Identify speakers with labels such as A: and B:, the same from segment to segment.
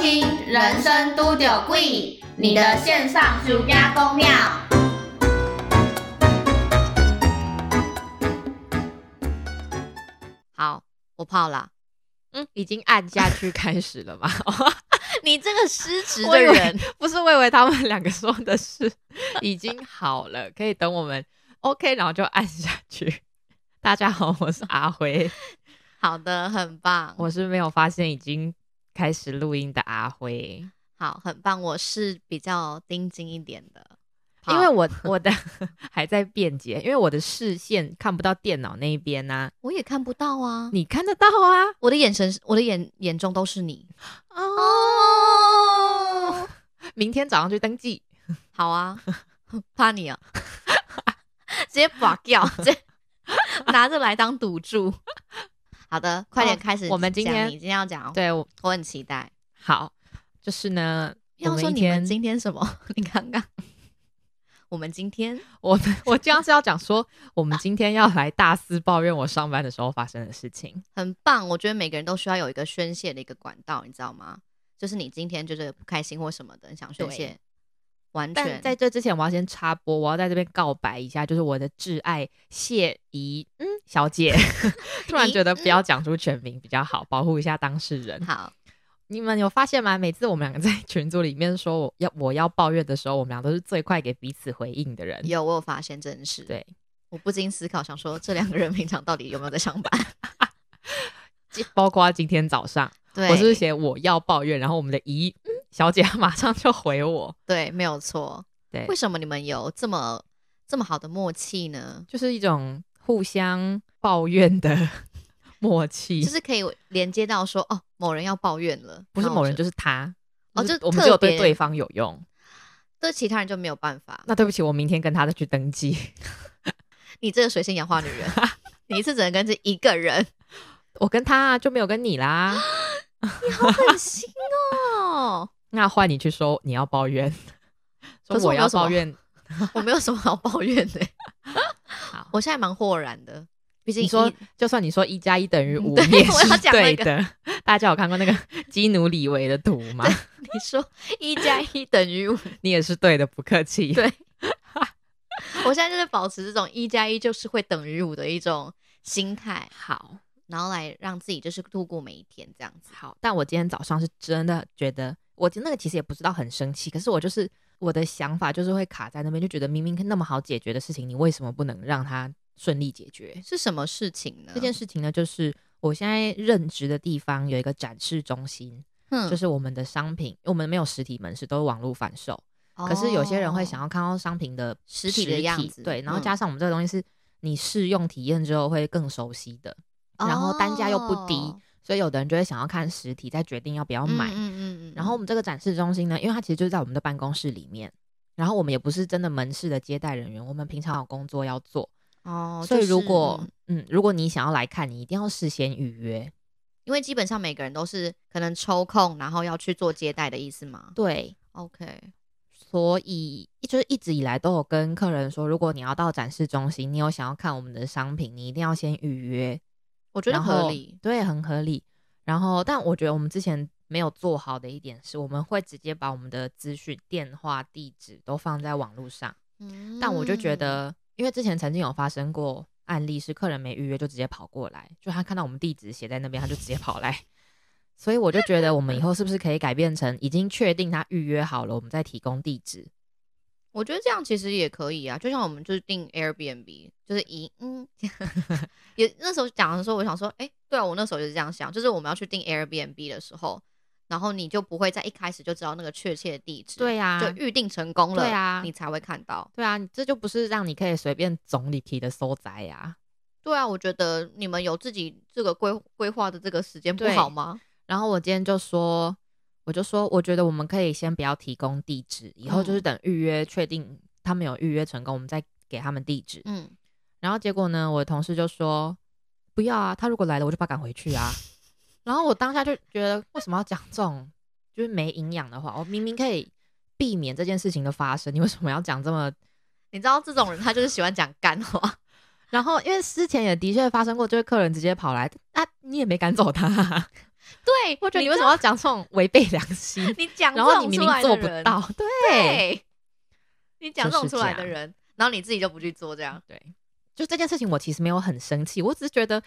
A: 听《人生都有贵》，你的线上暑假公庙。
B: 好，我泡啦。嗯，已经按下去开始 了吧？
C: 你这个失职
B: 我
C: 的
B: 以为
C: 人，
B: 不是，我以为他们两个说的是已经好了，可以等我们 OK，然后就按下去。 大家好，我是阿 辉，
C: 好的，很棒，
B: 我是没有发现已经开始录音的阿辉，
C: 好，很棒，我是比较盯紧一点的，
B: 因为我我的 还在辩解，因为我的视线看不到电脑那一边呐、
C: 我也看不到啊，
B: 你看得到啊？
C: 我的眼神，我的眼眼中都是你。
B: 哦， 明天早上去登记。
C: 好啊， 怕你啊， 直接把掉，直 接拿着来当赌注。好的，快点开始、
B: 我们今天
C: 你今天要讲，，哦
B: 对，我
C: 我很期待。
B: 好，就是呢，我
C: 要说
B: 们一
C: 你们
B: 天
C: 今天什么？ 你 刚刚，我们今天
B: 我们我这样是要讲说，我们今天要来大肆抱怨我上班的时候发生的事情。
C: 很棒，我觉得每个人都需要有一个宣泄的一个管道，你知道吗？就是你今天觉得不开心或什么的，你想宣泄，完
B: 但
C: 全
B: 在这之前，我要先插播，我要在这边告白一下，就是我的挚爱谢怡嗯小 姐， 突然觉得不要讲出全名比较好，保护一下当事人。
C: 嗯好，
B: 你们有发现吗？每次我们两个在群组里面说我要我要抱怨的时候，我们俩都是最快给彼此回应的人。
C: 有我有发现，真是
B: 嗯对，
C: 我不禁思考，想说这两个人平常到底有没有在上班？
B: 包括今天早上，
C: 对，
B: 我是写我要抱怨，然后我们的怡、嗯、小姐马上就回我，
C: 对，没有错。
B: 对
C: 为，什么你们有这么这么好的默契呢？
B: 就是一种互相抱怨的 默契，
C: 就是可以连接到说，哦，某人要抱怨了，
B: 不是某人
C: 然后
B: 就是他。
C: 哦
B: 是
C: 就
B: 我们只有
C: 特
B: 对
C: 别
B: 对方有用。
C: 对其他人就没有办法。
B: 那对不起，我明天跟他再去登记。
C: 你这个水性杨花女人，你一次只能跟这一 个人，
B: 我跟他就没有跟你 啦。
C: 你好狠心哦！
B: 那换你去说你要抱 怨，说
C: 可是我
B: 我
C: 没
B: 要
C: 有什么
B: 抱怨。
C: 我没有什么好抱怨的、
B: 好，
C: 我现在蛮豁然的。毕竟
B: 你说
C: 一
B: 就算你说一加一等于五，
C: 对
B: 你也
C: 我要
B: 是
C: 讲那
B: 对
C: 个
B: 的。大家有看过那个基努里维的图吗？
C: 你说一加一等于五，
B: 你也是对的，不客气。
C: 对我现在就是保持这种一加一就是会等于五的一种心态，
B: 好
C: 然后来让自己就是度过每一天这样子。
B: 好，但我今天早上是真的觉得，我那个其实也不知道很生气，可是我就是我的想法就是会卡在那边，就觉得明明那么好解决的事情，你为什么不能让它顺利解决？
C: 是啊什么事情呢？
B: 这件事情呢，就是我现在任职的地方有一个展示中心，
C: 嗯
B: 就是我们的商品，我们没有实体门市，都是网络贩售。
C: 哦
B: 可是有些人会想要看到商品的
C: 实体的样子
B: 对，然后
C: 嗯
B: 加上我们这个东西是你试用体验之后会更熟悉的，
C: 哦，
B: 然后单价又不低，
C: 哦
B: 所以有的人就会想要看实体，再决定要不要买。
C: 嗯嗯嗯嗯
B: 然后我们这个展示中心呢，因为它其实就在我们的办公室里面，然后我们也不是真的门市的接待人员，我们平常有工作要做，
C: 哦，
B: 所以
C: 就是
B: 如果
C: 嗯
B: 嗯如果你想要来看，你一定要事先预约。
C: 因为基本上每个人都是可能抽空，然后要去做接待的意思吗
B: 对，
C: ？OK，
B: 所以就是一直以来都有跟客人说，如果你要到展示中心，你有想要看我们的商品，你一定要先预约，
C: 我觉得
B: 然后
C: 合理。
B: 对，很合理。然后，但我觉得我们之前没有做好的一点是，我们会直接把我们的资讯、电话、地址都放在网络上。
C: 嗯
B: 但我就觉得，因为之前曾经有发生过案例，是客人没预约就直接跑过来，就他看到我们地址写在那边，他就直接跑来。所以我就觉得，我们以后是不是可以改变成已经确定他预约好了，我们再提供地址？
C: 我觉得这样其实也可以啊，就像我们就是订 Airbnb，就是一 嗯，也那时候讲的时候，我想说，哎、对啊，我那时候也是这样想，就是我们要去订 Airbnb 的时候，然后你就不会在一开始就知道那个确切的地址，、
B: 对呀、
C: 就预定成功了，
B: 对啊
C: 你才会看到。
B: 对啊，你这就不是让你可以随便总理提的收窄呀、
C: 对啊，我觉得你们有自己这个规规划的这个时间不
B: 对
C: 好吗？
B: 然后我今天就说，我就说，我觉得我们可以先不要提供地址，以后就是等预约确定他们有预约成功，我们再给他们地址。
C: 嗯，
B: 然后结果呢，我的同事就说不要啊，他如果来了，我就把他赶回去啊。 然后我当下就觉得，为什么要讲这种就是没营养的话？我明明可以避免这件事情的发生，你为什么要讲这么？
C: 你知道这种人他就是喜欢讲干话，
B: 然后因为之前也的确发生过，就是客人直接跑来，啊，你也没赶走他啊、
C: 对，
B: 我觉得
C: 你
B: 你为什么要讲这种违背良心？
C: 你讲这
B: 然后
C: 种
B: 你明
C: 出
B: 明
C: 来的
B: 做不
C: 人
B: 到，对
C: 对， 你讲这种
B: 就是
C: 出来
B: 这
C: 的
B: 样
C: 人，然后你自己就不去做，这样
B: 对，就这件事情，我其实没有很生气，我只是觉得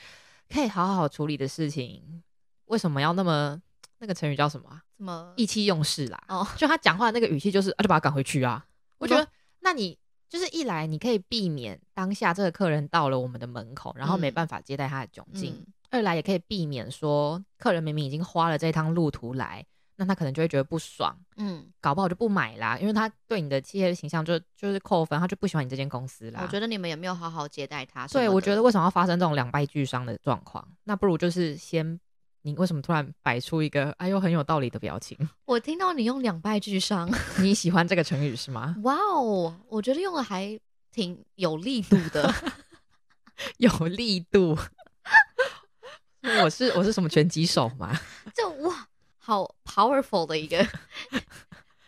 B: 可以好好处理的事情，为什么要那么那个成语叫什么、啊？
C: 什么
B: 意气用事啦。
C: 哦
B: 就他讲话那个语气就是啊，就把他赶回去啊。我觉
C: 我
B: 得，那你就是一来你可以避免当下这个客人到了我们的门口，然后没
C: 嗯
B: 办法接待他的窘境；
C: 嗯
B: 二来也可以避免说客人明明已经花了这一趟路途来，那他可能就会觉得不爽，
C: 嗯，
B: 搞不好就不买啦，因为他对你的企业形象就就是扣分，他就不喜欢你这间公司啦。
C: 我觉得你们也没有好好接待他什么
B: 对，
C: 的。
B: 我觉得为什么要发生这种两败俱伤的状况？那不如就是先，你为什么突然摆出一个哎呦很有道理的表情？
C: 我听到你用两败俱伤，
B: 你喜欢这个成语是吗？
C: 哇哦，我觉得用的还挺有力度 的。
B: 有力度。 我是我是什么拳击手吗？
C: 就哇，好 powerful 的一个，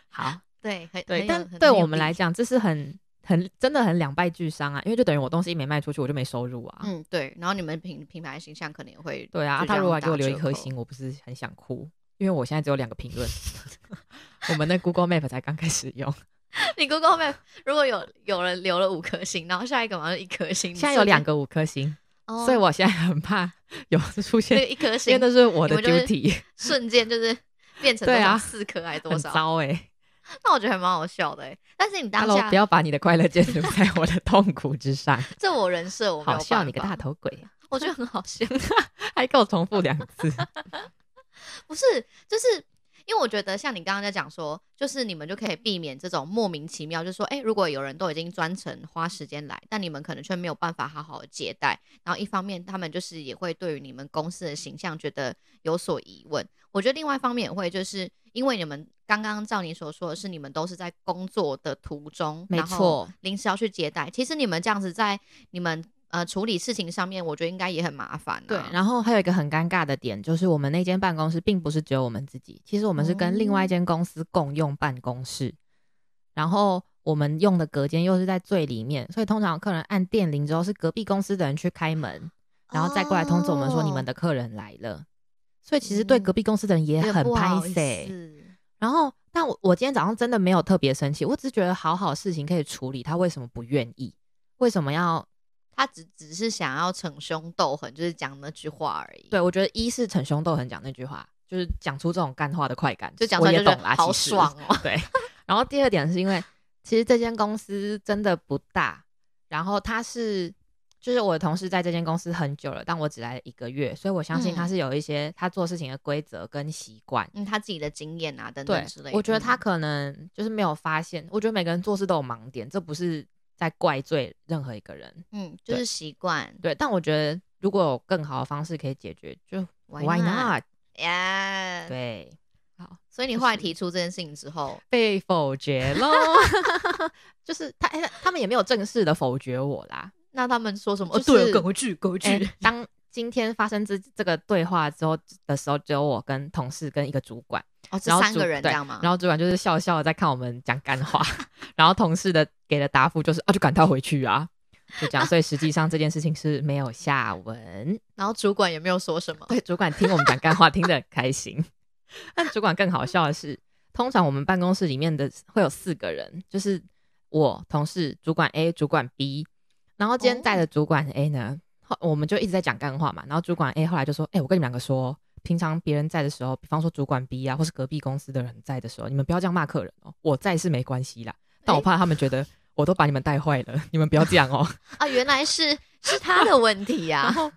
B: 好，
C: 对，很
B: 对，
C: 很有
B: 但
C: 很
B: 对
C: 很有
B: 我们
C: 力
B: 来讲，这是很很真的很两败俱伤啊，因为就等于我东西没卖出去，我就没收入啊。
C: 嗯对，然后你们品品牌形象可能也会
B: 对啊，
C: 就
B: 啊
C: 这
B: 他如
C: 样
B: 果还给我
C: 打
B: 留一
C: 折
B: 颗
C: 扣
B: 星，我不是很想哭，因为我现在只有两个评论。 我们的 Google Map 才刚开始用，
C: 你 Google Map 如果有有人留了五颗星，然后下一个马上一颗星，
B: 现在有两，个五颗星，
C: 哦、
B: 所以我现在很怕有出
C: 那
B: 现
C: 个一颗
B: 因为
C: 星
B: 那是我的
C: 你们就是
B: duty，
C: 瞬间就是变成
B: 对
C: 多少
B: 啊
C: 四颗还是多
B: 很
C: 少？
B: 糟哎、欸。
C: 那我觉得还蛮好笑的、欸。但是你当
B: Hello，
C: 下
B: 不要把你的快乐建筑在我的痛苦之上。
C: 这我人设我没有
B: 好笑，
C: 办
B: 你个
C: 法
B: 大，头鬼，
C: 我觉得很好笑。
B: 还给我重复两次。
C: 不是，就是因为我觉得像你刚刚在讲说，就是你们就可以避免这种莫名其妙，就是说，哎、如果有人都已经专程花时间来，但你们可能却没有办法好好地接待，然后一方面他们就是也会对于你们公司的形象觉得有所疑问。我觉得另外一方面也会就是因为你们刚刚照你所说的是，你们都是在工作的途中，
B: 没
C: 然后
B: 错
C: 临时要去接待。其实你们这样子在你们呃处理事情上面，我觉得应该也很麻烦、啊。
B: 对，然后还有一个很尴尬的点，就是我们那间办公室并不是只有我们自己，其实我们是跟另外
C: 哦
B: 一间公司共用办公室，然后我们用的隔间又是在最里面，所以通常客人按电铃之后是隔壁公司的人去开门，然后再过来通知我们说你们的客人来了，所以其实对
C: 哦嗯
B: 隔壁公司的人也
C: 有点
B: 很
C: 不
B: 拍
C: 好意
B: 塞、
C: 思
B: 然后，但我我今天早上真的没有特别生气，我只是觉得好好事情可以处理，他为什么不愿意？为什么要？
C: 他只只是想要逞凶斗狠，就是讲那句话而已。
B: 对，我觉得一是逞凶斗狠讲那句话，就是讲出这种干话的快感，
C: 就讲
B: 我
C: 出来
B: 也
C: 就觉
B: 懂
C: 得
B: 啦，其
C: 好
B: 实
C: 爽。 哦。
B: 对，然后第二点是因为其实这间公司真的不大，然后他是就是我的同事在这间公司很久了，但我只来了一个月，所以我相信
C: 嗯
B: 他是有一些他做事情的规则跟习惯。
C: 嗯，他自己的经验啊等
B: 对
C: 等之类的。
B: 我觉得他
C: 嗯
B: 可能就是没有发现，我觉得每个人做事都有盲点，这不是在怪罪任何一个人。
C: 嗯，就是习惯。
B: 对，但我觉得如果有更好的方式可以解决，就
C: Why
B: why
C: not？嗯
B: not？
C: 呀，
B: 对，
C: 所以你
B: 就
C: 后来
B: 是
C: 提出这件事情之 后，
B: 被否决喽， 就是他哎他们也没有正式的否决我啦。
C: 那他们说什么？
B: 就是
C: 哦对，回去，滚回
B: 哎、当今天发生这这个对话之后的时候，只有我跟同事跟一个主管。
C: 哦，是
B: 然后
C: 三
B: 主
C: 个人这
B: 对
C: 样吗？
B: 然后主管就是笑笑的在看我们讲干话， 然后同事的给的答复就是啊，就赶他回去啊，就这样。 所以实际上这件事情是没有下文。
C: 然后主管也没有说什么。
B: 对，主管听我们讲干话听得很开心， 但主管更好笑的是，通常我们办公室里面的会有四个人，就是我同事、主管 A、主管 B，然后今天在的主管 A 呢，后我们就一直在讲干话嘛，然后主管 A 后来就说：“哎、我跟你们两个说。”平常别人在的时候，比方说主管 B 啊，或是隔壁公司的人在的时候，你们不要这样骂客人哦。我在是没关系啦，但我
C: 哎
B: 怕他们觉得我都把你们带坏了，你们不要这样哦。
C: 啊，原来是是他的问题啊
B: 然
C: 呀，
B: 后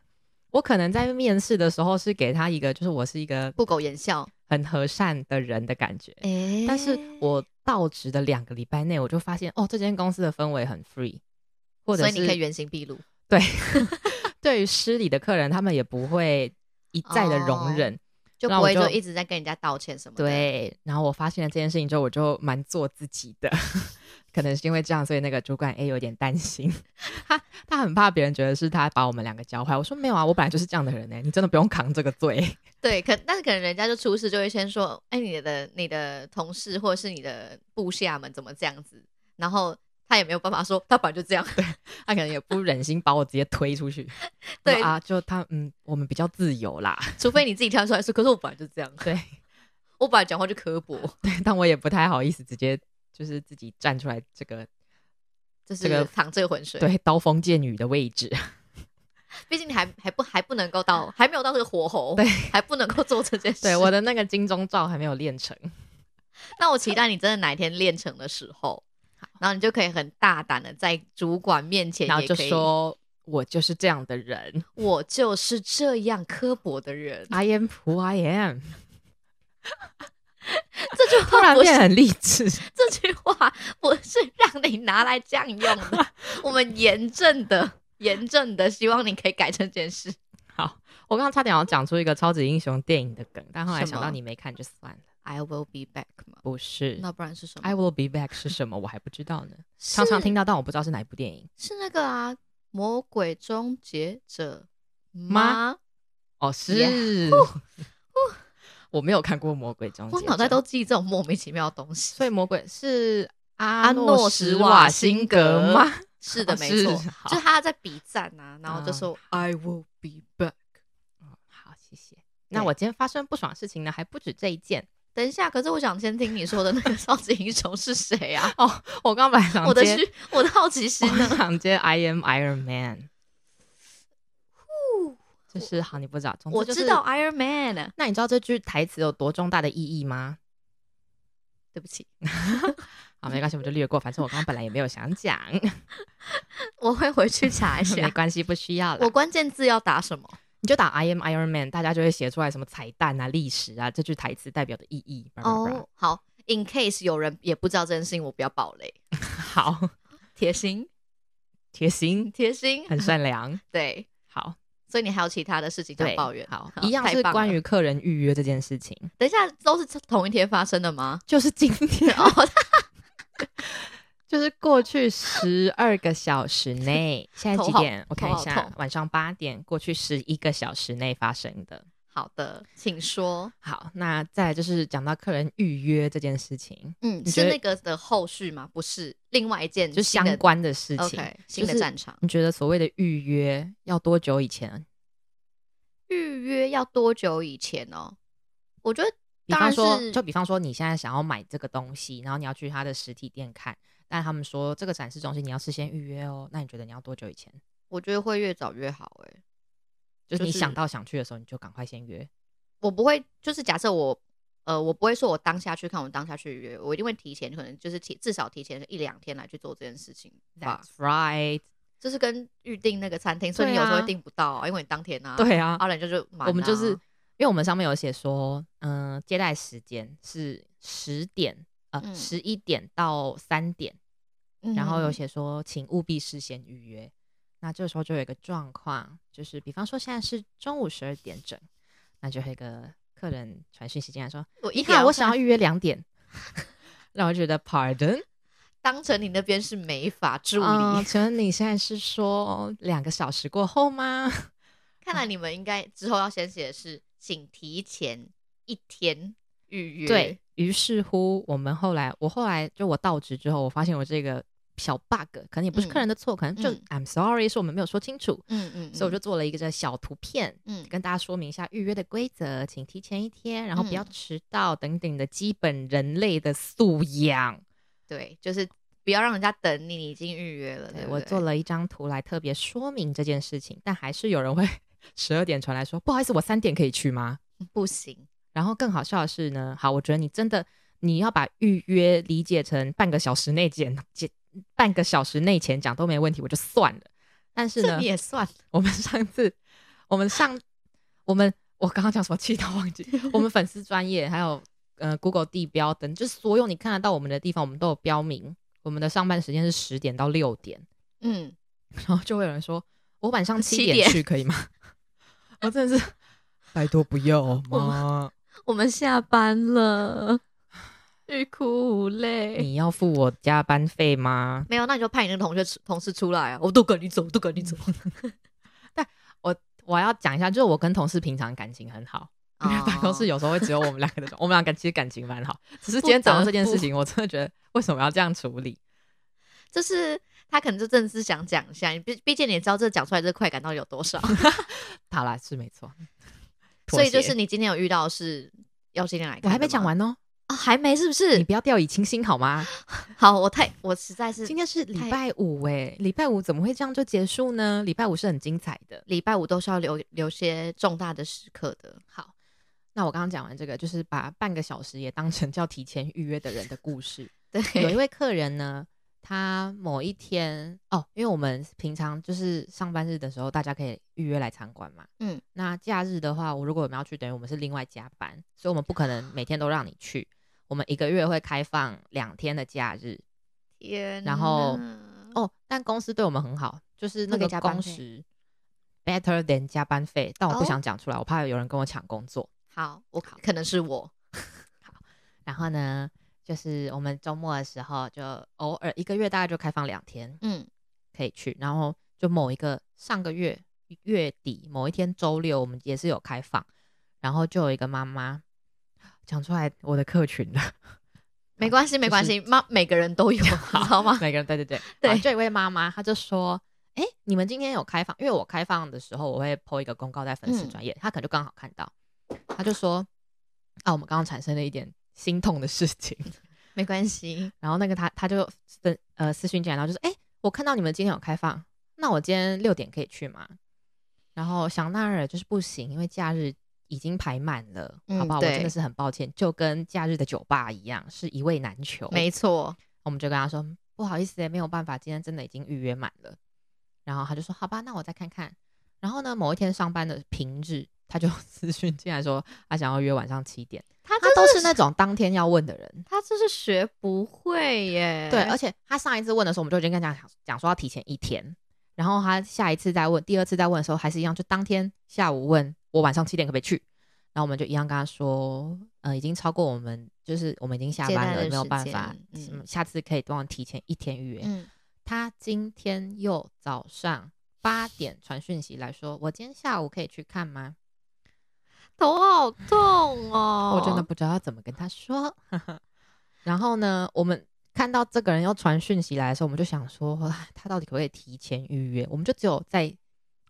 B: 我可能在面试的时候是给他一个，就是我是一个
C: 不苟言笑。
B: 很和善的人的感觉。
C: 哎
B: 但是我到职的两个礼拜内，我就发现哦，这间公司的氛围很 free，或者
C: 所以你可以
B: 是
C: 原形毕露。
B: 对 对于失礼的客人，他们也不会一再的
C: 哦
B: 容忍。
C: 就
B: 那
C: 不
B: 我
C: 会
B: 就
C: 就一直在跟人家道歉什么的。，
B: 对，然后我发现了这件事情之后，我就蛮做自己的。 可能是因为这样，所以那个主管 A 有点担心， 他他很怕别人觉得是他把我们两个教坏。我说没有啊，我本来就是这样的人呢、你真的不用扛这个罪。
C: 对，可但是可能人家就出事就会先说，哎、你的你的同事或者是你的部下们怎么这样子，然后他也没有办法说他本来就这样。
B: 他可能也不忍心把我直接推出去。
C: 对
B: 说啊，就他嗯，我们比较自由啦，
C: 除非你自己跳出来说，可是我本来就这样，
B: 对
C: 我本来讲话就刻薄，
B: 对，但我也不太好意思直接就是自己站出来这个这
C: 就是
B: 个
C: 淌这个浑水。，
B: 对刀锋剑雨的位置。
C: 毕竟你还还不还不能够到，还没有到这个火候，
B: 对，
C: 还不能够做这件事。
B: 哦对，我的那个金钟罩还没有练成。
C: 那我期待你真的哪一天练成的时候，然后你就可以很大胆的在主管面前，
B: 然后就，说我就是这样的人
C: 我就是这样刻薄的人。
B: ，I am who I am。
C: 这句
B: 突
C: 话
B: 然
C: 不
B: 变
C: 是，
B: 很励志，
C: 这句话不是让你拿来这样用的，我们严正的。严正的，希望你可以改正这件事。
B: 我刚刚差点要讲出一个超级英雄电影的梗，但后来
C: 什么
B: 想到你没看就算了。
C: I will be back 嘛，
B: 不是
C: 那不然是什么？
B: ，I will be back 是什么？我还不知 道呢。
C: 是
B: 哎常常听到，但我不知道是哪一部电影。
C: 是那个啊，《魔鬼终结者》
B: 吗
C: 吗？
B: 哦，是。 哦我没有看过《魔鬼终结者》，
C: 我脑袋都记这种莫名其妙的东西。
B: 所以魔鬼是阿
C: 阿
B: 诺
C: 诺
B: 施
C: 施
B: 瓦
C: 瓦
B: 辛
C: 辛
B: 格
C: 格
B: 吗？
C: 是的，
B: 哦
C: 没
B: 是
C: 错，
B: 好嗯
C: 就是他在比赞啊，然后就说、I will be back。
B: 好，谢谢。那我今天发生不爽的事情呢，还不止这一件
C: 等一下，可是我想先听你说的那个超级英雄是谁啊？
B: 哦。我刚本来想
C: 我的
B: 接，
C: 虚，我的好奇
B: 我
C: 心呢？
B: 想接 I am Iron Man。就是好，你不知道，总之
C: 我
B: 哦就是
C: 知道。Iron 啊 Man，
B: 那你知道这句台词有多重大的意义吗？
C: 对不起，
B: 好，没关系，我们就略过。反正我刚刚本来也没有想讲，
C: 我会回去查一
B: 没
C: 下。
B: 关系，不需要了
C: 我。关键字要打什么？
B: 你就打 I am Iron Man，大家就会写出来什么彩蛋啊、历史啊这句台词代表的意义。叭叭叭
C: 哦，好，in case 有人也不知道这件事情，我不要爆雷。
B: 好，
C: 贴心，
B: 贴心，
C: 嗯贴心，
B: 很善 良。
C: 对。
B: 好，
C: 所以你还有其他的事情想
B: 对，
C: 抱怨？
B: 好，一样
C: 太
B: 是
C: 棒
B: 关
C: 了
B: 于客人预约这件事情，
C: 等一下都是同一天发生的 吗？
B: 就是今天，
C: 哦，
B: 就是过去十二个小时 内，现在
C: 头
B: 几
C: 好
B: 点？我看一
C: 头好
B: 下
C: 痛，
B: 晚上八点，过去十一个小时内发生的。
C: 好的，请说。
B: 好，那再来就是讲到客人预约这件事情，
C: 嗯，
B: 你觉
C: 是
B: 得
C: 那个的后续吗？不是，另外一件
B: 就
C: 新
B: 相
C: 的
B: 关的事情
C: OK 新的
B: 就是
C: 战场。
B: 你觉得所谓的预约要多久以前？啊
C: 预约要多久以前哦？我觉得
B: 比
C: 当
B: 方
C: 然
B: 说，
C: 是
B: 就比方说，你现在想要买这个东西，然后你要去他的实体店看，但他们说这个展示中心你要事先预约哦。那你觉得你要多久以前？
C: 我觉得会越早越好、欸。哎，
B: 就是你
C: 就是
B: 想到想去的时候，你就赶快先约。
C: 我不会，就是假设我。呃，我不会说我当下去看，我当下去约，我一定会提前，可能就是提至少提前一两天来去做这件事情吧。
B: That's right。
C: 这是跟预定那个餐厅，所以你有时
B: 对
C: 候
B: 啊
C: 会订不到啊，因为你当天啊，
B: 对啊，
C: 阿兰就就满啊
B: 我们就是因为我们上面有写说，嗯、接待时间是十点，呃，
C: 嗯
B: 十一、点到三点，然后有
C: 嗯
B: 写说，请务必事先预约。那这时候就有一个状况，就是比方说现在是中午十二点整，那就会有一个客人传讯息进来说，
C: 我一哦
B: 你
C: 定要
B: 好，我
C: 看
B: 想要预约两点， 让我觉得 pardon，
C: 当成你那边是 美法助理，
B: 嗯请问你现在是说两个小时过后吗？
C: 看来你们应该之后要先写的是，请提前一天预约。
B: 对，于是乎，我们后来，我后来就我到职之后，我发现我这个小 bug，可能也不是客人的错，可能就、
C: 嗯
B: I'm sorry，是我们没有说清楚，
C: 嗯，嗯嗯，
B: 所以我就做了一个这小图片，
C: 嗯
B: 跟大家说明一下预约的规则，请提前一天，然后不要
C: 嗯
B: 迟到等等的基本人类的素养。
C: 对，就是不要让人家等你，你已经预约了。对
B: 对
C: 不
B: 我
C: 对
B: 做了一张图来特别说明这件事情，但还是有人会十二点传来说，不好意思，我三点可以去吗？
C: 不行，
B: 然后更好笑的是呢，好，我觉得你真的你要把预约理解成半个小时内见见，半个小时内前讲都没问题，我就算了。但是
C: 这
B: 呢
C: 你，也 算了。
B: 我们上次，我们上，我们我刚刚讲什么气到忘记，我们粉丝专业还有呃 Google 地标等，就是所有你看得到我们的地方，我们都有标明。我们的上班时间是十点到六点，
C: 嗯，
B: 然后就会有人说：“我晚上七
C: 7
B: 点
C: 点
B: 去可以吗？” 我真的是，拜托不要妈。
C: 我们下班了，欲哭无泪。
B: 你要付我加班费吗？
C: 没有，那你就派你那个同学出同事出来啊！我都赶你走，都赶你 走。
B: 我要讲一下，就是我跟同事平常感情很好，因为办公室
C: 哦
B: 有时候会只有我们两个的时候，我们俩感其实感情蛮好。只是今天讲到这件事情，我真的觉得为什么要这样处理？
C: 就是他可能就正是想讲一下，你毕毕竟你也知道这讲出来这快感到底有多少，
B: 好啦，是没错。
C: 所以就
B: 妥
C: 是
B: 协
C: 你今天有遇到的是要今天来看的
B: 我
C: 吗，
B: 还没讲完哦，
C: 啊、还没是不
B: 你
C: 是？
B: 不要掉以轻心好吗？
C: 好，我太我实在是
B: 今天是礼
C: 太
B: 拜五哎、礼拜五怎么会这样就结束呢？礼拜五是很精彩的。
C: 礼拜五都是要留留些重大的时刻的，
B: 好，那我刚刚讲完这个，就是把半个小时也当成叫提前预约的人的故 事。有一
C: 对，
B: 位客人呢，他某一天哦，因为我们平常就是上班日的时候，大家可以预约来参观嘛。
C: 嗯，
B: 那假日的话，我如果我们要去，等于我们是另外加班，所以我们不可能每天都让你去。我们一个月会开放两天的假日
C: 天
B: 然后
C: 哪
B: 哦，但公司对我们很好，就是那
C: 会给
B: 个
C: 加班
B: 工
C: 费
B: 时 better than 加班费，但我不
C: 哦
B: 想讲出来，我怕有人跟我抢工作。
C: 好，我可能是我，
B: 然后呢，就是我们周末的时候就偶尔一个月大概就开放两天
C: 嗯，
B: 可以去，然后就某一个上个月月底某一天周六我们也是有开放，然后就有一个妈妈讲出来我的客群了，
C: 没关系，没关系，妈，每个人都有， 你知道 吗？
B: 每个人对对对
C: 对
B: 好就有一位妈妈她就说。哎，你们今天有开放？因为我开放的时候，我会 PO 一个公告在粉丝
C: 嗯
B: 专业，她可能就刚好看到，她就说：“啊，我们刚刚产生了一点心痛的事情。”
C: 没关系，
B: 然后那个他他就分呃私讯进来，然后就说：“哎、我看到你们今天有开放，那我今天六点可以去吗？”然后想当然就是不行，因为假日已经排满了，
C: 嗯
B: 好不好？我
C: 对
B: 真的是很抱歉，就跟假日的酒吧一样，是一位难求。
C: 没，错，
B: 我们就跟他说不好意思、欸没有办法，今天真的已经预约满了。然后他就说：“好吧，那我再看看。”然后呢，某一天上班的平日，他就 私讯进来说他想要约晚上七点，
C: 他
B: 他
C: 真
B: 都
C: 的
B: 是那种当天要问的人。
C: 他就是学不会耶，
B: 对，而且他上一次问的时候，我们就已经跟他讲讲说要提前一天，然后他下一次再问，第二次再问的时候还是一样，就当天下午问我晚上七点可不可以去，然后我们就一样跟他说，呃，已经超过我们就是我们已经下
C: 接
B: 班
C: 待
B: 了，
C: 的
B: 没有
C: 时
B: 办
C: 间
B: 法，
C: 嗯
B: 嗯，下次可以帮我提前一天预约。
C: 嗯，
B: 他今天又早上八点传讯息来说，我今天下午可以去看吗？
C: 头好痛哦，
B: 我真的不知道要怎么跟他说。 然后呢，我们看到这个人要传讯息来的时候，我们就想说，唉他到底可不可以提前预约？我们就只有在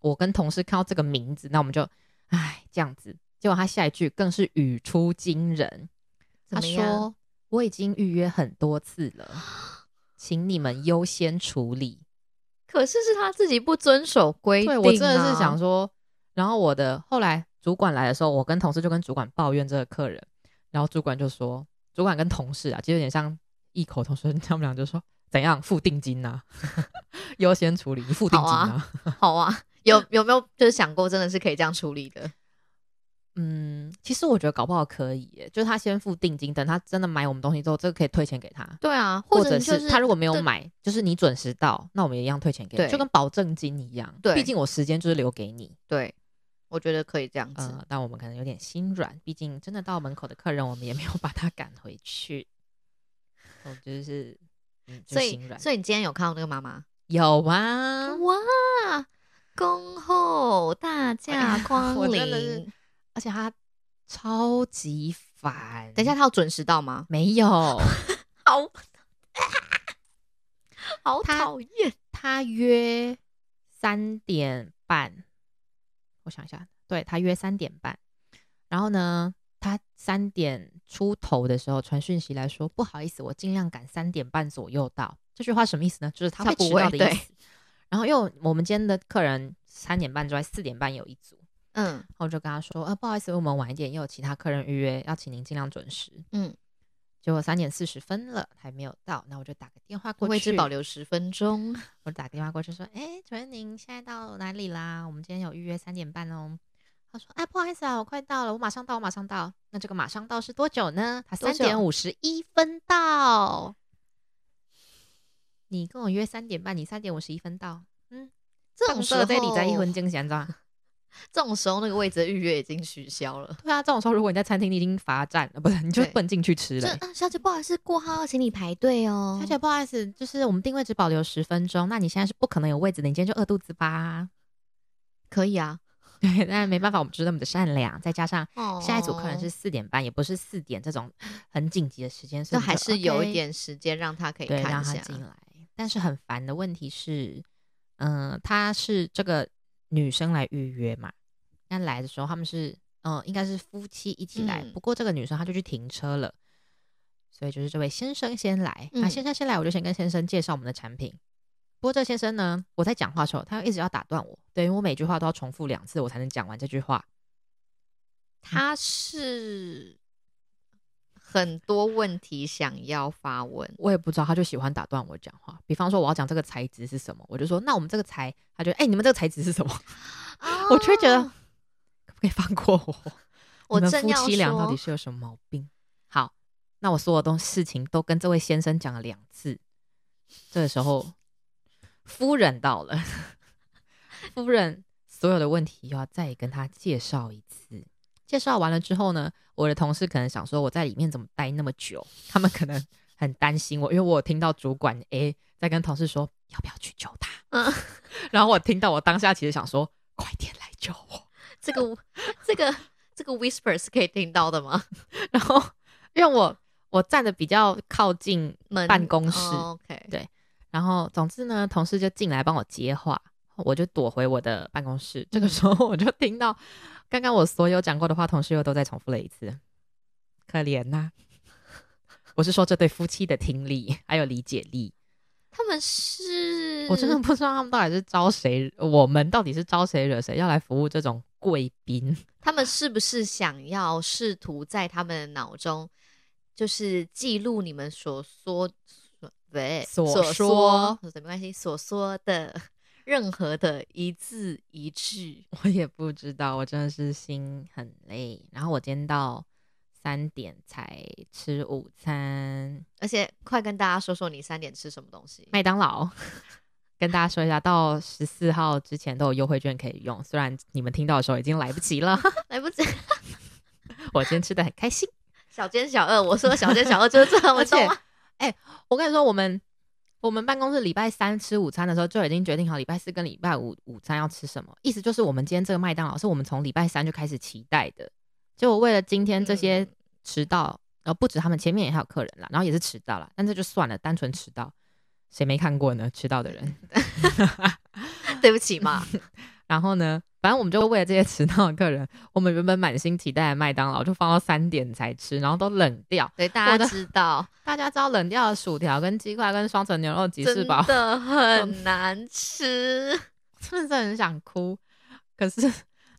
B: 我跟同事看到这个名字，那我们就唉这样子。结果他下一句更是语出惊人，
C: 怎
B: 他
C: 么样
B: 说：“我已经预约很多次了，请你们优先处理。”
C: 可是是他自己不遵守规定、
B: 对
C: 啊，
B: 我真的是想说，然后我的后来主管来的时候，我跟同事就跟主管抱怨这个客人，然后主管就说，主管跟同事啊，其实有点像异口同声， 他们俩就说怎样付定金呐、 优先处理，你付定金
C: 好
B: 啊。
C: 好啊，有有没有就是想过真的是可以这样处理的？
B: 嗯，其实我觉得搞不好可以耶，就是他先付定金，等他真的买我们东西之后，这个可以退钱给他。
C: 对啊，
B: 或
C: 者
B: 者
C: 你就是
B: 他如果没有
C: 对
B: 买，就是你准时到，那我们也一样退钱给你，
C: 对
B: 就跟保证金一样。
C: 对
B: 毕竟我时间就是留给你。
C: 对，我觉得可以这样子。
B: 呃，但我们可能有点心软，毕竟真的到门口的客人，我们也没有把他赶回去。我就是，嗯，就
C: 所
B: 心
C: 以，
B: 软
C: 所以你今天有看到那个妈妈？
B: 有啊，
C: 哇，恭候大驾 光
B: 我真的是
C: 临！
B: 而且他超级烦。
C: 等一下，，他要准时到吗？
B: 没有，
C: 好，好
B: 他
C: 讨厌！
B: 他约三点半，我想一下，对他约三点半，然后呢，他三点出头的时候传讯息来说，不好意思，我尽量赶三点半左右到。这句话什么意思呢？就是他会
C: 他不
B: 迟到的
C: 会
B: 意
C: 对
B: 思。 然后因为我们今天的客人三点半之外，四点半有一组，
C: 嗯
B: 然后我就跟他说，呃，不好意思，我们晚一点，也有其他客人预约，要请您尽量准时。
C: 嗯，
B: 结果三点四十分了还没有到，那我就打个电话过去，
C: 为之保留十分钟。
B: 我就打个电话过去说：“哎、主任，您现在到哪里啦？我们今天有预约三点半哦。”他说：“哎，不好意思啊，我快到了，我马上到，我马上到。那这个马上到是多久呢？他
C: 多
B: 三
C: 久
B: 点五十一分到。你跟我约三点半，你三点五十一分到。
C: 这种时候，
B: 对你在一婚惊险吧？
C: 这种时候那个位置的预约已经取消了。
B: 对啊，这种时候如果你在餐厅，你已经罚站了，不是，你就
C: 对
B: 不能进去吃
C: 这
B: 了、
C: 啊，小姐不好意思，过号，请你排队哦
B: 小姐，不好意思，就是我们定位只保留十分钟，那你现在是不可能有位置的，你今天就饿肚子吧。
C: 可以啊。
B: 对，但没办法，我们就是那么的善良，再加上
C: 哦
B: 下一组客人是四点半，也不是四点这种很紧急的时间，所以
C: 就
B: 我们
C: 还
B: 就是
C: 有
B: OK，
C: 一点时间让他可以
B: 对，
C: 看
B: 让
C: 一
B: 他
C: 下。
B: 进来。但是很烦的问题是，嗯、她是这个女生来预约嘛，那来的时候他们是，嗯、应该是夫妻一起来，
C: 嗯
B: 不过这个女生她就去停车了。所以就是这位先生先来，那、
C: 嗯
B: 先生先来，我就先跟先生介绍我们的产品。不过这先生呢，我在讲话的时候，他一直要打断我，对，因为我每句话都要重复两次，我才能讲完这句话。
C: 他是很多问题想要发问，
B: 我也不知道，他就喜欢打断我讲话。比方说我要讲这个材质是什么，我就说那我们这个材，他就哎、你们这个材质是什么？我就会觉得
C: 哦
B: 可不可以放过我？
C: 我
B: 你们
C: 正
B: 夫
C: 要
B: 妻俩到底
C: 说，
B: 是有什么毛病？好，那我所有东事情都跟这位先生讲了两次，这个时 候夫人到了， 夫人所有的问题又要再跟他介绍一次。介绍完了之后呢，我的同事可能想说我在里面怎么待那么久，他们可能很担心我，因为我有听到主管 A 在跟同事说要不要去救他，
C: 嗯，
B: 然后我听到我当下其实想说快点来救我，
C: 这个这个这个 whisper 是可以听到的吗？
B: 然后因为我我站的比较靠近
C: 门
B: 办公室，
C: 哦 OK，
B: 对然后总之呢，同事就进来帮我接话，我就躲回我的办公室。这个时候我就听到刚刚我所有讲过的话，同事又都再重复了一次，可怜呐、我是说这对夫妻的听力还有理解力，
C: 他们是，
B: 我真的不知道他们到底是招谁，我们到底是招谁惹谁，要来服务这种贵宾。
C: 他们是不是想要试图在他们的脑中，就是记录你们所说，所对，
B: 所
C: 所
B: 说
C: 对，没关系，所说的任何的一字一句，
B: 我也不知道，我真的是心很累。然后我今天到三点才吃午餐，
C: 而且快跟大家说说你三点吃什么东西。
B: 麦当劳。跟大家说一下，到十四号之前都有优惠券可以用，虽然你们听到的时候已经来不及了。
C: 来不及，
B: 我今天吃的很开心。
C: 小奸小恶，我说小奸小恶就是这样，
B: 而
C: 我
B: 且
C: 懂吗？
B: 我跟你说，我们我们办公室礼拜三吃午餐的时候就已经决定好礼拜四跟礼拜五午餐要吃什么，意思就是我们今天这个麦当劳是我们从礼拜三就开始期待的，结果为了今天这些
C: 嗯
B: 迟到，呃，不止他们前面也还有客人啦，然后也是迟到啦，但这就算了，单纯迟到，谁没看过呢？迟到的 人，
C: 对不起嘛，
B: 然后呢，反正我们就为了这些迟到的客人，我们原本满心期待的麦当劳就放到三点才吃，然后都冷掉，
C: 对
B: 我
C: 大家
B: 的
C: 知道，
B: 大家知道冷掉的薯条跟鸡块跟双层牛肉吉士
C: 真
B: 堡。
C: 的
B: 嗯
C: 很难吃。
B: 真的是很想哭。可是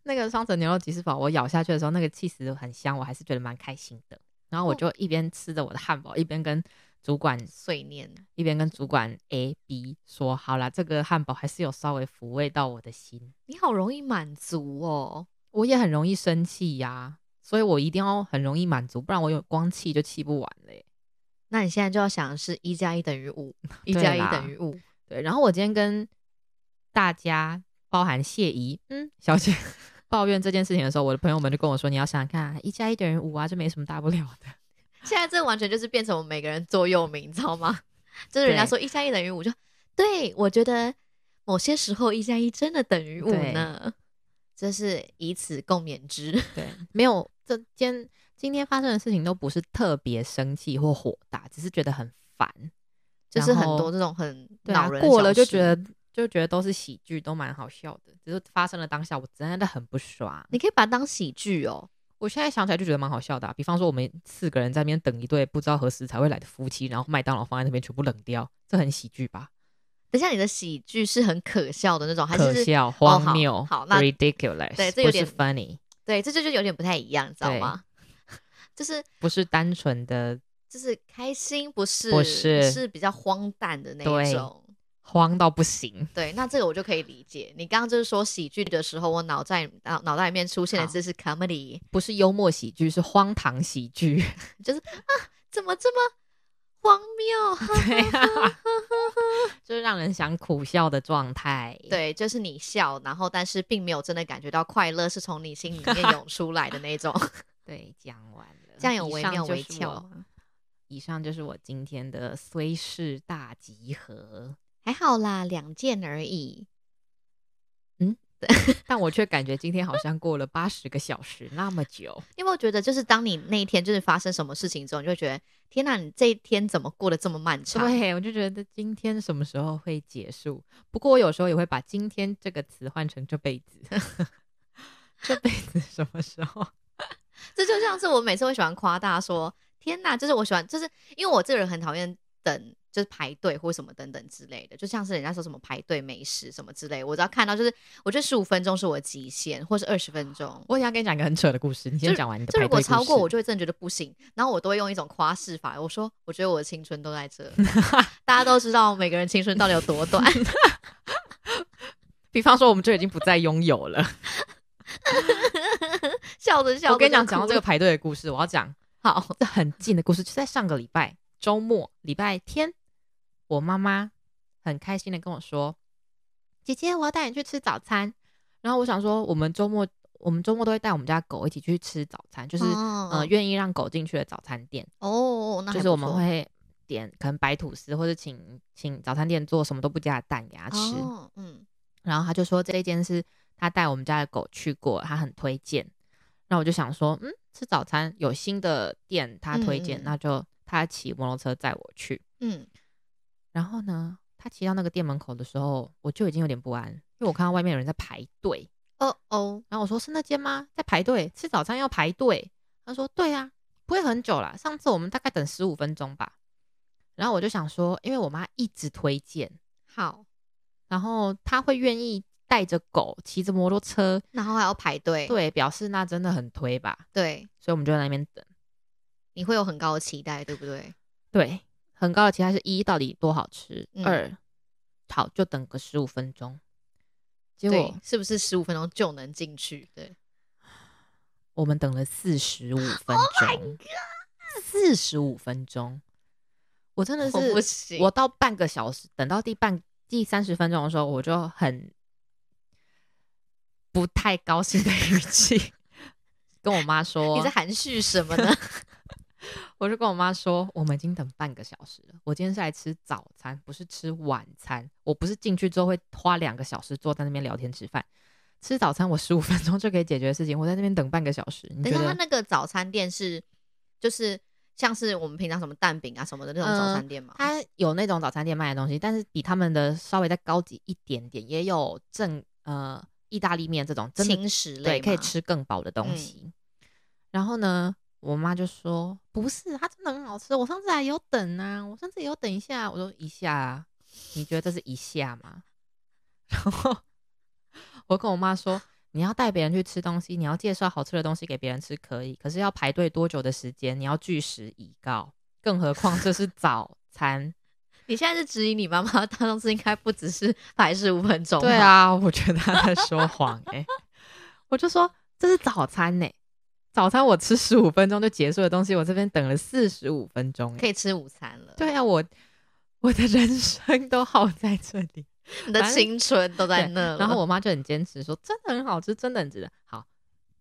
B: 那个双层牛肉吉士堡，我咬下去的时候，那个气死很香，我还是觉得蛮开心的。然后我就一边吃着我的汉堡，一边跟主管
C: 碎念，
B: 一边跟主管 A B 说：“好啦，这个汉堡还是有稍微抚慰到我的心。
C: 你好容易满足哦。
B: 我也很容易生气呀、所以我一定要很容易满足，不然我有光气就气不完嘞、
C: 那你现在就要想的是一加一等于五，一
B: 对
C: 加一
B: 啦
C: 等于五，
B: 对，然后我今天跟大家，包含谢姨，嗯，小姐 抱怨这件事情的时候，我的朋友们就跟我说：“你要想想看啊，一加一等于五啊，这没什么大不了的。
C: 现在这完全就是变成我们每个人座右铭，你知道吗？就是人家
B: 对
C: 说一加一等于五，就对我觉得某些时候一加一真的等于五
B: 对
C: 呢，这是以此共勉之。”
B: 对，没有，这今今天发生的事情都不是特别生气或火大，只是觉得很烦，
C: 就是很
B: 然后
C: 多这种很
B: 对啊
C: 恼人、的
B: 过了
C: 小
B: 就
C: 事
B: 觉得就觉得都是喜剧，都蛮好笑的。只是发生了当下，我真的很不爽。
C: 你可以把它当喜剧哦。
B: 我现在想起来就觉得蛮好笑的啊、比方说，我们四个人在那边等一对不知道何时才会来的夫妻，然后麦当劳放在那边全部冷掉，这很喜剧吧？
C: 等一下你的喜剧是很可笑的那种，还
B: 可
C: 是是哦
B: 笑、荒
C: 好
B: 谬、
C: 好那
B: ridiculous，
C: 对这有点
B: 不是 funny，
C: 对，这就就有点不太一样，你知道
B: 对
C: 吗？ 就是
B: 不是单纯的
C: 就是开心，不是
B: 不是
C: 是比较荒诞的那一
B: 对
C: 种。
B: 慌到不行。
C: 对，那这个我就可以理解。你刚刚就是说喜剧的时候，我脑在脑脑袋里面出现的
B: 好
C: 字是 comedy，
B: 不是幽默喜剧，是荒唐喜剧。
C: 就是啊，怎么这么荒谬？
B: 对啊， 就是让人想苦笑的状态。，
C: 对，就是你笑，然后但是并没有真的感觉到快乐是从你心里面涌出来的那种，
B: 对，讲完了，
C: 这样有惟
B: 以上
C: 妙
B: 就是
C: 惟肖
B: 我。
C: 吗。
B: 以上就是我今天的虽事大集合。
C: 还好啦，两件而已。
B: 嗯，但我却感觉今天好像过了八十个小时那么久。
C: 因为我觉得，就是当你那一天就是发生什么事情之后，你就会觉得天哪，你这一天怎么过得这么漫长？
B: 对，我就觉得今天什么时候会结束？不过我有时候也会把“今天”这个词换成“这辈子”， 这辈子什么时候？
C: 这就像是我每次会喜欢夸大说，天哪，就是我喜欢，就是因为我这个人很讨厌等，就是排队或什么等等之类的，就像是人家说什么排队美食什么之类，我只要看到就是，我觉得十五分钟是我的极限，或是二十分钟。
B: 我想跟你讲一个很扯的故事，你先
C: 就
B: 讲完你的
C: 就
B: 排
C: 如果
B: 队故
C: 超过，
B: 事
C: 我就会真的觉得不行，然后我都会用一种夸饰法，我说我觉得我的青春都在这， 大家都知道每个人青春到底有多短，
B: 比方说，我们就已经不再拥有了。
C: 笑着笑着
B: 我跟你讲，
C: 就
B: 讲到这
C: 哭
B: 个
C: 了
B: 排队的故事，我要讲
C: 好，
B: 这很近的故事，就在上个礼拜周末礼拜天，我妈妈很开心的跟我说：“姐姐，我要带你去吃早餐。”然后我想说，我们周末我们周末都会带我们家狗一起去吃早餐，就是、
C: 哦
B: 呃愿意让狗进去的早餐店，
C: 哦，那
B: 就
C: 还
B: 是
C: 不
B: 我们
C: 错
B: 会点可能白吐司，或者请请早餐店做什么都不加的蛋给它吃。
C: 哦，嗯，
B: 然后他就说这一间是他带我们家的狗去过，他很推荐。那我就想说，嗯，吃早餐有新的店他推荐，
C: 嗯嗯
B: 那就他骑摩托车载我去。
C: 嗯，
B: 然后呢，他骑到那个店门口的时候，我就已经有点不安，因为我看到外面有人在排队。
C: 哦哦，
B: 然后我说是那间吗？在排队吃早餐要排队？他说对啊，不会很久啦，上次我们大概等十五分钟吧。然后我就想说，因为我妈一直推荐，
C: 好，
B: 然后她会愿意带着狗骑着摩托车
C: 然后还要排队，
B: 对，表示那真的很推吧，
C: 对，
B: 所以我们就在那边等。
C: 你会有很高的期待，对不对？
B: 对，很高的期待是一到底多好吃，
C: 嗯
B: 二好就等个十五分钟。结
C: 对
B: 果，
C: 是不是十五分钟就能进去？对，
B: 我们等了四十五
C: Oh
B: 分钟，四十五分钟，我真的
C: 我不
B: 是
C: 行，
B: 我到半个小时，等到第半第三十分钟的时候，我就很不太高兴的语气 跟我妈说，
C: 你在含蓄什么呢？
B: 我就跟我妈说，我们已经等半个小时了。我今天是来吃早餐，不是吃晚餐。我不是进去之后会花两个小时坐在那边聊天吃饭。吃早餐我十五分钟就可以解决的事情，我在那边等半个小时， 你
C: 等
B: 觉
C: 一下，他
B: 得？
C: 那个早餐店是就是像是我们平常什么蛋饼啊什么的那种
B: 嗯
C: 早餐店嘛？
B: 它有那种早餐店卖的东西，但是比他们的稍微再高级一点点，也有正呃意大利面这种真的
C: 轻食
B: 对
C: 类
B: 可以
C: 嘛，
B: 吃更饱的东
C: 嗯
B: 西。然后呢，我妈就说不是，它真的很好吃，我上次还有等啊，我上次也有等一下，我说一下啊，你觉得这是一下吗？ 然后我跟我妈说，你要带别人去吃东西，你要介绍好吃的东西给别人吃可以，可是要排队多久的时间，你要据实以告，更何况这是早餐。
C: 你现在是质疑你妈妈当时应该不只是排十五分钟？
B: 对，啊，我觉得她在说谎哎、我就说这是早餐呢、早餐我吃十五分钟就结束的东西，我这边等了四十五分钟、
C: 可
B: 欸。
C: 以吃午餐了。，
B: 对啊，我我的人生都耗在这里。
C: 你的
B: 反正
C: 青春都在
B: 对
C: 那了。
B: 然后我妈就很坚持说，真的很好吃，真的很值得。好，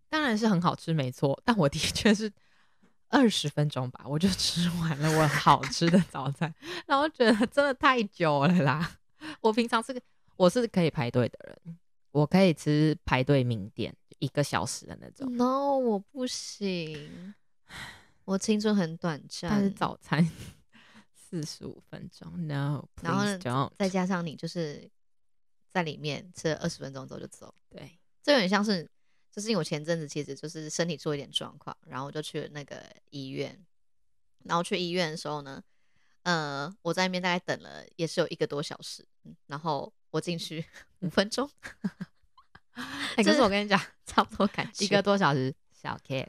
B: 当然是很好吃，没错。但我的确是 二十分钟吧，我就吃完了我好吃的早餐， 然后觉得真的太久了啦。我平常是个我是可以排队的人，我可以吃排队名店一个小时的那种，
C: No，我不行，我青春很短暂。
B: 但是早餐 四十五分钟，no，
C: 然后呢
B: please don't。
C: 再加上你就是在里面吃了二十分钟之后就走，
B: 对，
C: 这有点像是，就是因为我前阵子其实就是身体出一点状况，然后我就去了那个医院，然后去医院的时候呢，呃，我在那边大概等了也是有一个多小时，嗯然后我进去五分钟，
B: 嗯哎可
C: 这
B: 是我跟你讲，
C: 差不多感觉
B: 一个，多小时小 case。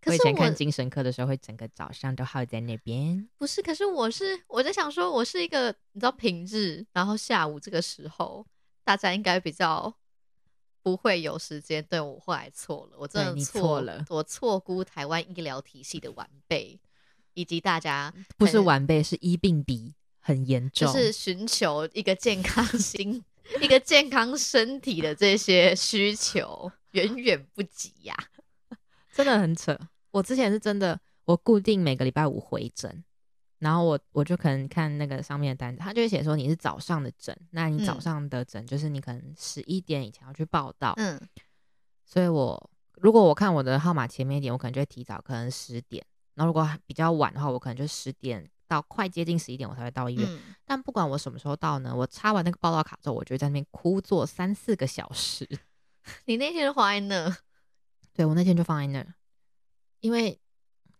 C: 可
B: 我以
C: 是
B: 前
C: 我
B: 看精神科的时候，会整个早上都耗在那边。
C: 不是，可是我是我在想说，我是一个你知道平日，然后下午这个时候，大家应该比较不会有时间。对我后来错了，我真
B: 对
C: 的
B: 你
C: 错
B: 错了
C: 我错估台湾医疗体系的完备，以及大家
B: 嗯不是
C: 很
B: 晚辈，是一病比，很严
C: 就
B: 重。
C: 是寻求一个健康心、 一个健康身体的这些需求，远远不及呀、
B: 真的很扯。我之前是真的，我固定每个礼拜五回诊，然后我我就可能看那个上面的单子，他就会写说你是早上的诊，那你早
C: 嗯
B: 上的诊就是你可能十一点以前要去报到，
C: 嗯，
B: 所以我如果我看我的号码前面一点，我可能就会提早，可能十点。然后如果比较晚的话，我可能就十点到快接近十一点我才会到医院。
C: 嗯，
B: 但不管我什么时候到呢，我插完那个报道卡之后，我就会在那边哭坐三四个小时。
C: 你那天就花在那，
B: 对我那天就放在那儿，因为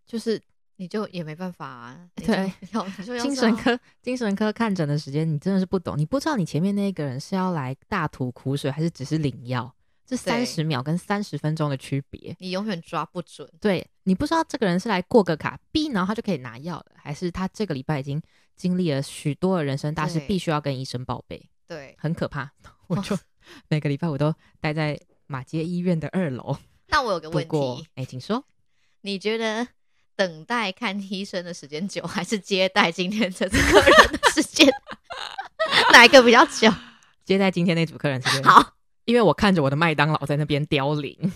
B: 就是
C: 你就也没办法啊。你就
B: 对，
C: 要你就要
B: 精
C: 知
B: 神
C: 道
B: 科精神科看诊的时间，你真的是不懂，你不知道你前面那个人是要来大吐苦水，还是只是领药，这三十秒跟三十分钟的区别。
C: 你永远抓不准。
B: 对你不知道这个人是来过个卡 B，然后他就可以拿药了，还是他这个礼拜已经经历了许多的人生大事，
C: 对哦
B: 必须要跟医生报备，
C: 对，
B: 很可怕。我就 每个礼拜我都待在马街医院的二楼。
C: 那我有个
B: 不
C: 问
B: 过
C: 题，，
B: 哎，请说。
C: 你觉得等待看医生的时间久，还是接待今天这次客人的时间， 哪一个比较久？
B: 接待今天那组客人是不是
C: 好，
B: 因为我看着我的麦当劳在那边凋 零，你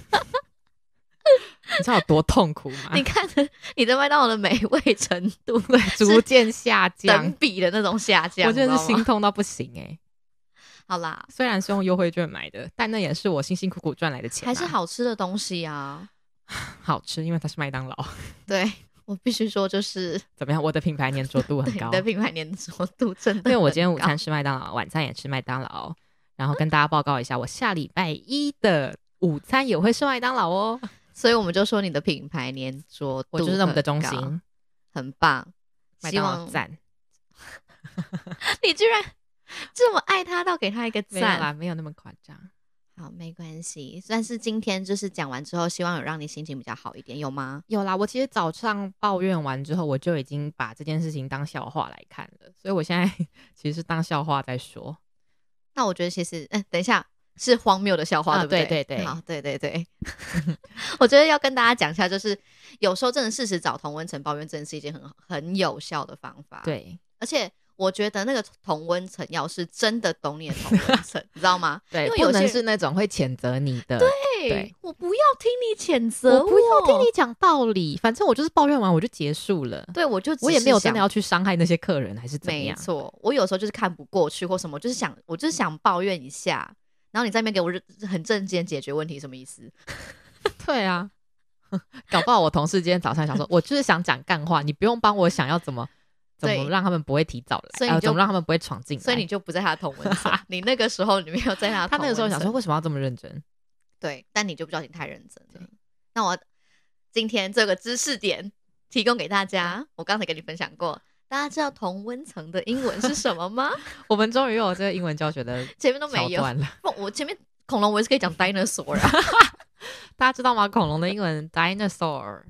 B: 知道有多痛苦吗？
C: 你看你的麦当劳的美味程度，
B: 对，逐渐下降
C: 等，比的那种下降，
B: 我真的
C: 你
B: 是
C: 知道吗
B: 心痛到不行哎、
C: 好啦，
B: 虽然是用优惠券买的，但那也是我辛辛苦苦赚来的钱、啊
C: 还是，好吃的东西啊。
B: 好吃，因为它是麦当劳。
C: 对我必须说，就是
B: 怎么样？我的品牌粘着度
C: 对
B: 很
C: 你
B: 高，
C: 的品牌粘着度真的很 高。
B: 因为我今天午餐吃麦当劳，晚餐也吃麦当劳，然后跟大家报告一下，我下礼拜一的午餐也会吃麦当劳哦。
C: 所以我们就说你的品牌粘着度，
B: 我就是我们的中，心，
C: 很棒。
B: 麦
C: 希
B: 当
C: 望
B: 劳赞。
C: 你居然这么爱他，到给他一个
B: 没有啦，
C: 赞。
B: 没有那么夸张。
C: 好，没关系。但是今天就是讲完之后，希望有让你心情比较好一点，有吗？
B: 有啦，我其实早上抱怨完之后，我就已经把这件事情当笑话来看了，所以我现在 其实是当笑话在说。
C: 那我觉得其实，嗯，等一下是荒谬的笑话，
B: 啊
C: 对不对？
B: 对对对
C: 好，对对对。 我觉得要跟大家讲一下，就是有时候真的事实找同温层抱怨，真的是一件很很有效的方法。，
B: 对
C: 而且我觉得那个同温层要是真的懂你的同温层， 你知道吗？
B: 对，
C: 因为
B: 不
C: 有些
B: 能
C: 人
B: 是那种会谴责你的，对，
C: 对，我不要听你谴责
B: 我不要听你讲道理，反正我就是抱怨完我就结束了，
C: 对我就只
B: 我也没有
C: 是想
B: 真的要去伤害那些客人还是怎么
C: 没
B: 样。
C: 错，我有时候就是看不过去或什么，我就是想，我就是想抱怨一下，然后你在那边给我认很正经解决问题，什么意思？
B: 对啊， 搞不好我同事今天早上想说，我就是想讲干话，你不用帮我想要怎么怎么
C: 对
B: 让他们不会提早来，
C: 所以
B: 呃
C: 你就
B: 怎么让他们不会闯进来。
C: 所以你就不在他的同文层，你那个时候你没有在他的
B: 他那个时候
C: 同温
B: 想
C: 层
B: 说，为什么要这么认真？
C: 对，但你就不小心太认真了
B: 对。
C: 那我今天这个知识点提供给大家，我刚才跟你分享过，大家知道同温层的英文是什么吗？
B: 我们终于有这个英文教学的
C: 前面都没
B: 桥
C: 有，
B: 段了。
C: 不，我前面恐龙我也是可以讲 dinosaur 啊，
B: 大家知道吗？恐龙的英 文 dinosaur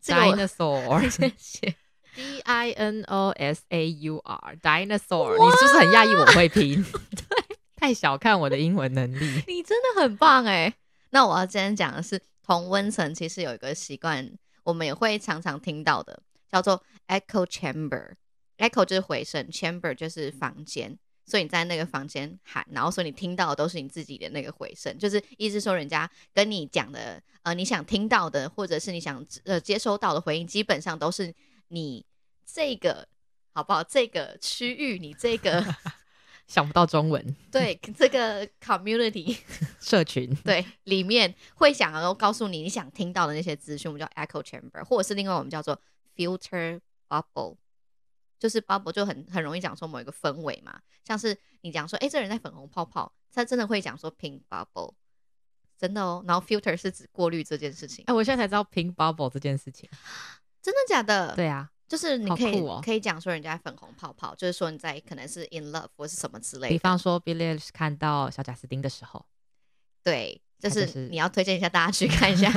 C: 这个我
B: dinosaur
C: 谢谢。
B: d i n o s a u r dinosaur，你是不是很讶异我会拼？ 太小看我的英文能力。
C: 你真的很棒哎、那我要今天讲的是同温层，其实有一个习惯，我们也会常常听到的，叫做 echo chamber。echo 就是回声，chamber 就是房间，所以你在那个房间喊，然后所以你听到的都是你自己的那个回声，就是意思说人家跟你讲的，呃，你想听到的，或者是你想呃接收到的回应，基本上都是你这个好不好？这个区域，你这个
B: 想不到中文
C: 对这个 community
B: 社群，
C: 对，里面会想要告诉你你想听到的那些资讯，我们叫 echo chamber，或者是另外我们叫做 filter bubble，就是 bubble 就很很容易讲说某一个氛围嘛，像是你讲说，哎、这人在粉红泡泡，他真的会讲说 pink bubble，真的哦。然后 filter 是指过滤这件事情
B: 哎、，我现在才知道 pink bubble 这件事情。
C: 真的假的？
B: 对啊，
C: 就是你
B: 好
C: 可以、
B: 酷哦
C: 可以讲说人家粉红泡泡，就是说你在可能是 in love 或是什么之类的。
B: 比方说 Billie Eilish 看到小贾斯汀的时候，
C: 对，就
B: 它
C: 是
B: 就是
C: 你要推荐一下大家去看 一下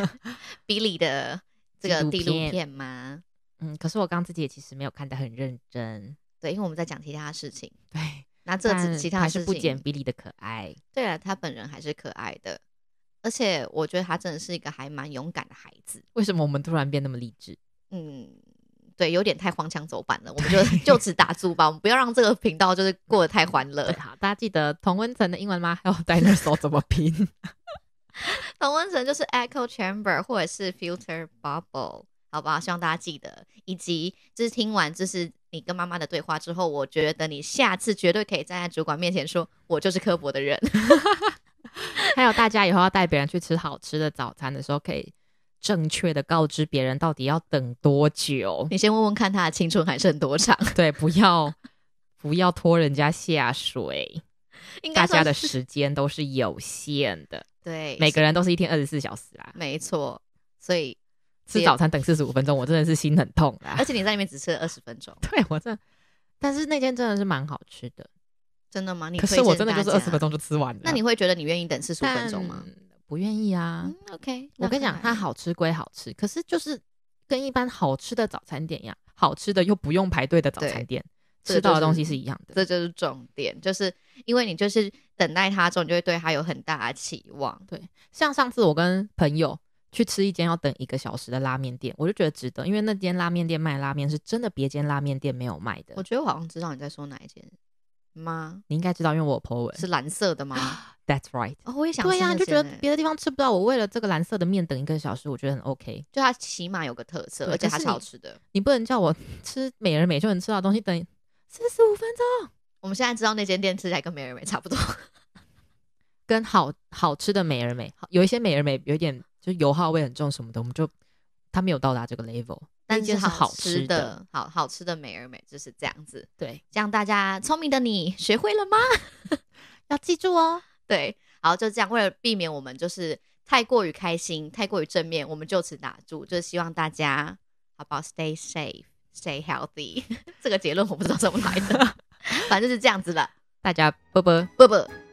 C: 比利的这个
B: 纪
C: 纪
B: 录
C: 录
B: 片
C: 片吗？
B: 嗯，可是我刚自己也其实没有看得很认真，
C: 对，因为我们在讲其他的事情，
B: 对，
C: 那这
B: 但
C: 只其他
B: 还
C: 的
B: 是
C: 事
B: 不减
C: 情，
B: Billie 的可爱。
C: 对啊，他本人还是可爱的，而且我觉得他真的是一个还蛮勇敢的孩子。
B: 为什么我们突然变那么励志？
C: 嗯，对，有点太荒腔走板了，我们就就此打住吧，我们不要让这个频道就是过得太欢乐
B: 对，。好，大家记得同温层的英文吗？还有 dinosaur 怎么拼？
C: 同温层就是 echo chamber 或者是 filter bubble，好吧？希望大家记得，以及就是听完就是你跟妈妈的对话之后，我觉得你下次绝对可以站在主管面前说，我就是刻薄的人。 。
B: 还有大家以后要带别人去吃好吃的早餐的时候，可以正确的告知别人到底要等多久
C: 你先问问看他的青春还剩多长，
B: 对，不要不要拖人家下水，
C: 应该
B: 大家
C: 算
B: 的
C: 是
B: 时间都是有限的，
C: 对
B: 每个人都是一天二十四小时啦。
C: 没错，所以
B: 吃
C: 也
B: 早餐等四十五分钟，我真的是心很痛啦
C: 而。且你在里面只吃了二十分钟，
B: 对我真的，但是那间真的是蛮好吃的，
C: 真的吗？你
B: 可是
C: 推
B: 我
C: 荐
B: 真的就是
C: 大
B: 二
C: 家
B: 十分，钟就吃完了。
C: 那你会觉得你愿意等四十五分钟吗？？
B: 不愿意啊。
C: 嗯，OK，
B: 我
C: 那
B: 跟你
C: 看
B: 讲，
C: 来
B: 它好吃归好吃，可是就是跟一般好吃的早餐店一样，好吃的又不用排队的早
C: 对
B: 餐店，
C: 这
B: 吃
C: 就
B: 到的
C: 是
B: 东西是一样的。
C: 这就是重点，就是因为你就是等待他之后，你就会对他有很大的期望。
B: 像上次我跟朋友去吃一间要等一个小时的拉面店，我就觉得值得，因为那间拉面店卖拉面是真的别间拉面店没有卖的
C: 我。觉得我好像知道你在说哪一间吗？
B: 你应该知道，因为我有 po 文。
C: 是蓝色的吗？
B: That's right。
C: 哦，我也想吃
B: 对呀、
C: 那
B: 你就
C: 间
B: 觉
C: 欸
B: 得别的地方吃不到，我为了这个蓝色的面等一个小时，我觉得很 OK。
C: 就它起码有个特色，
B: 对
C: 而且
B: 可
C: 它
B: 是
C: 是好
B: 你
C: 吃的。
B: 你不能叫我 吃美人美就能吃到的东西，等四十五分钟，
C: 我们现在知道那间店吃起来跟美而美差不多，
B: 跟好好吃的美而美，有一些美而美有一点就油耗味很重什么的，我们就它没有到达这个 level，
C: 但
B: 那间
C: 是
B: 是好
C: 吃
B: 吃
C: 的，好好吃的美而美就是这样子。
B: 对，
C: 这样大家聪明的你学会了吗？
B: 要记住哦。
C: 对，好，就这样。为了避免我们就是太过于开心、太过于正面，我们就此打住。就是希望大家好不好？Stay safe, stay healthy。这个结论我不知道怎么来的，反正就是这样子了。
B: 大家啵啵。
C: 不不。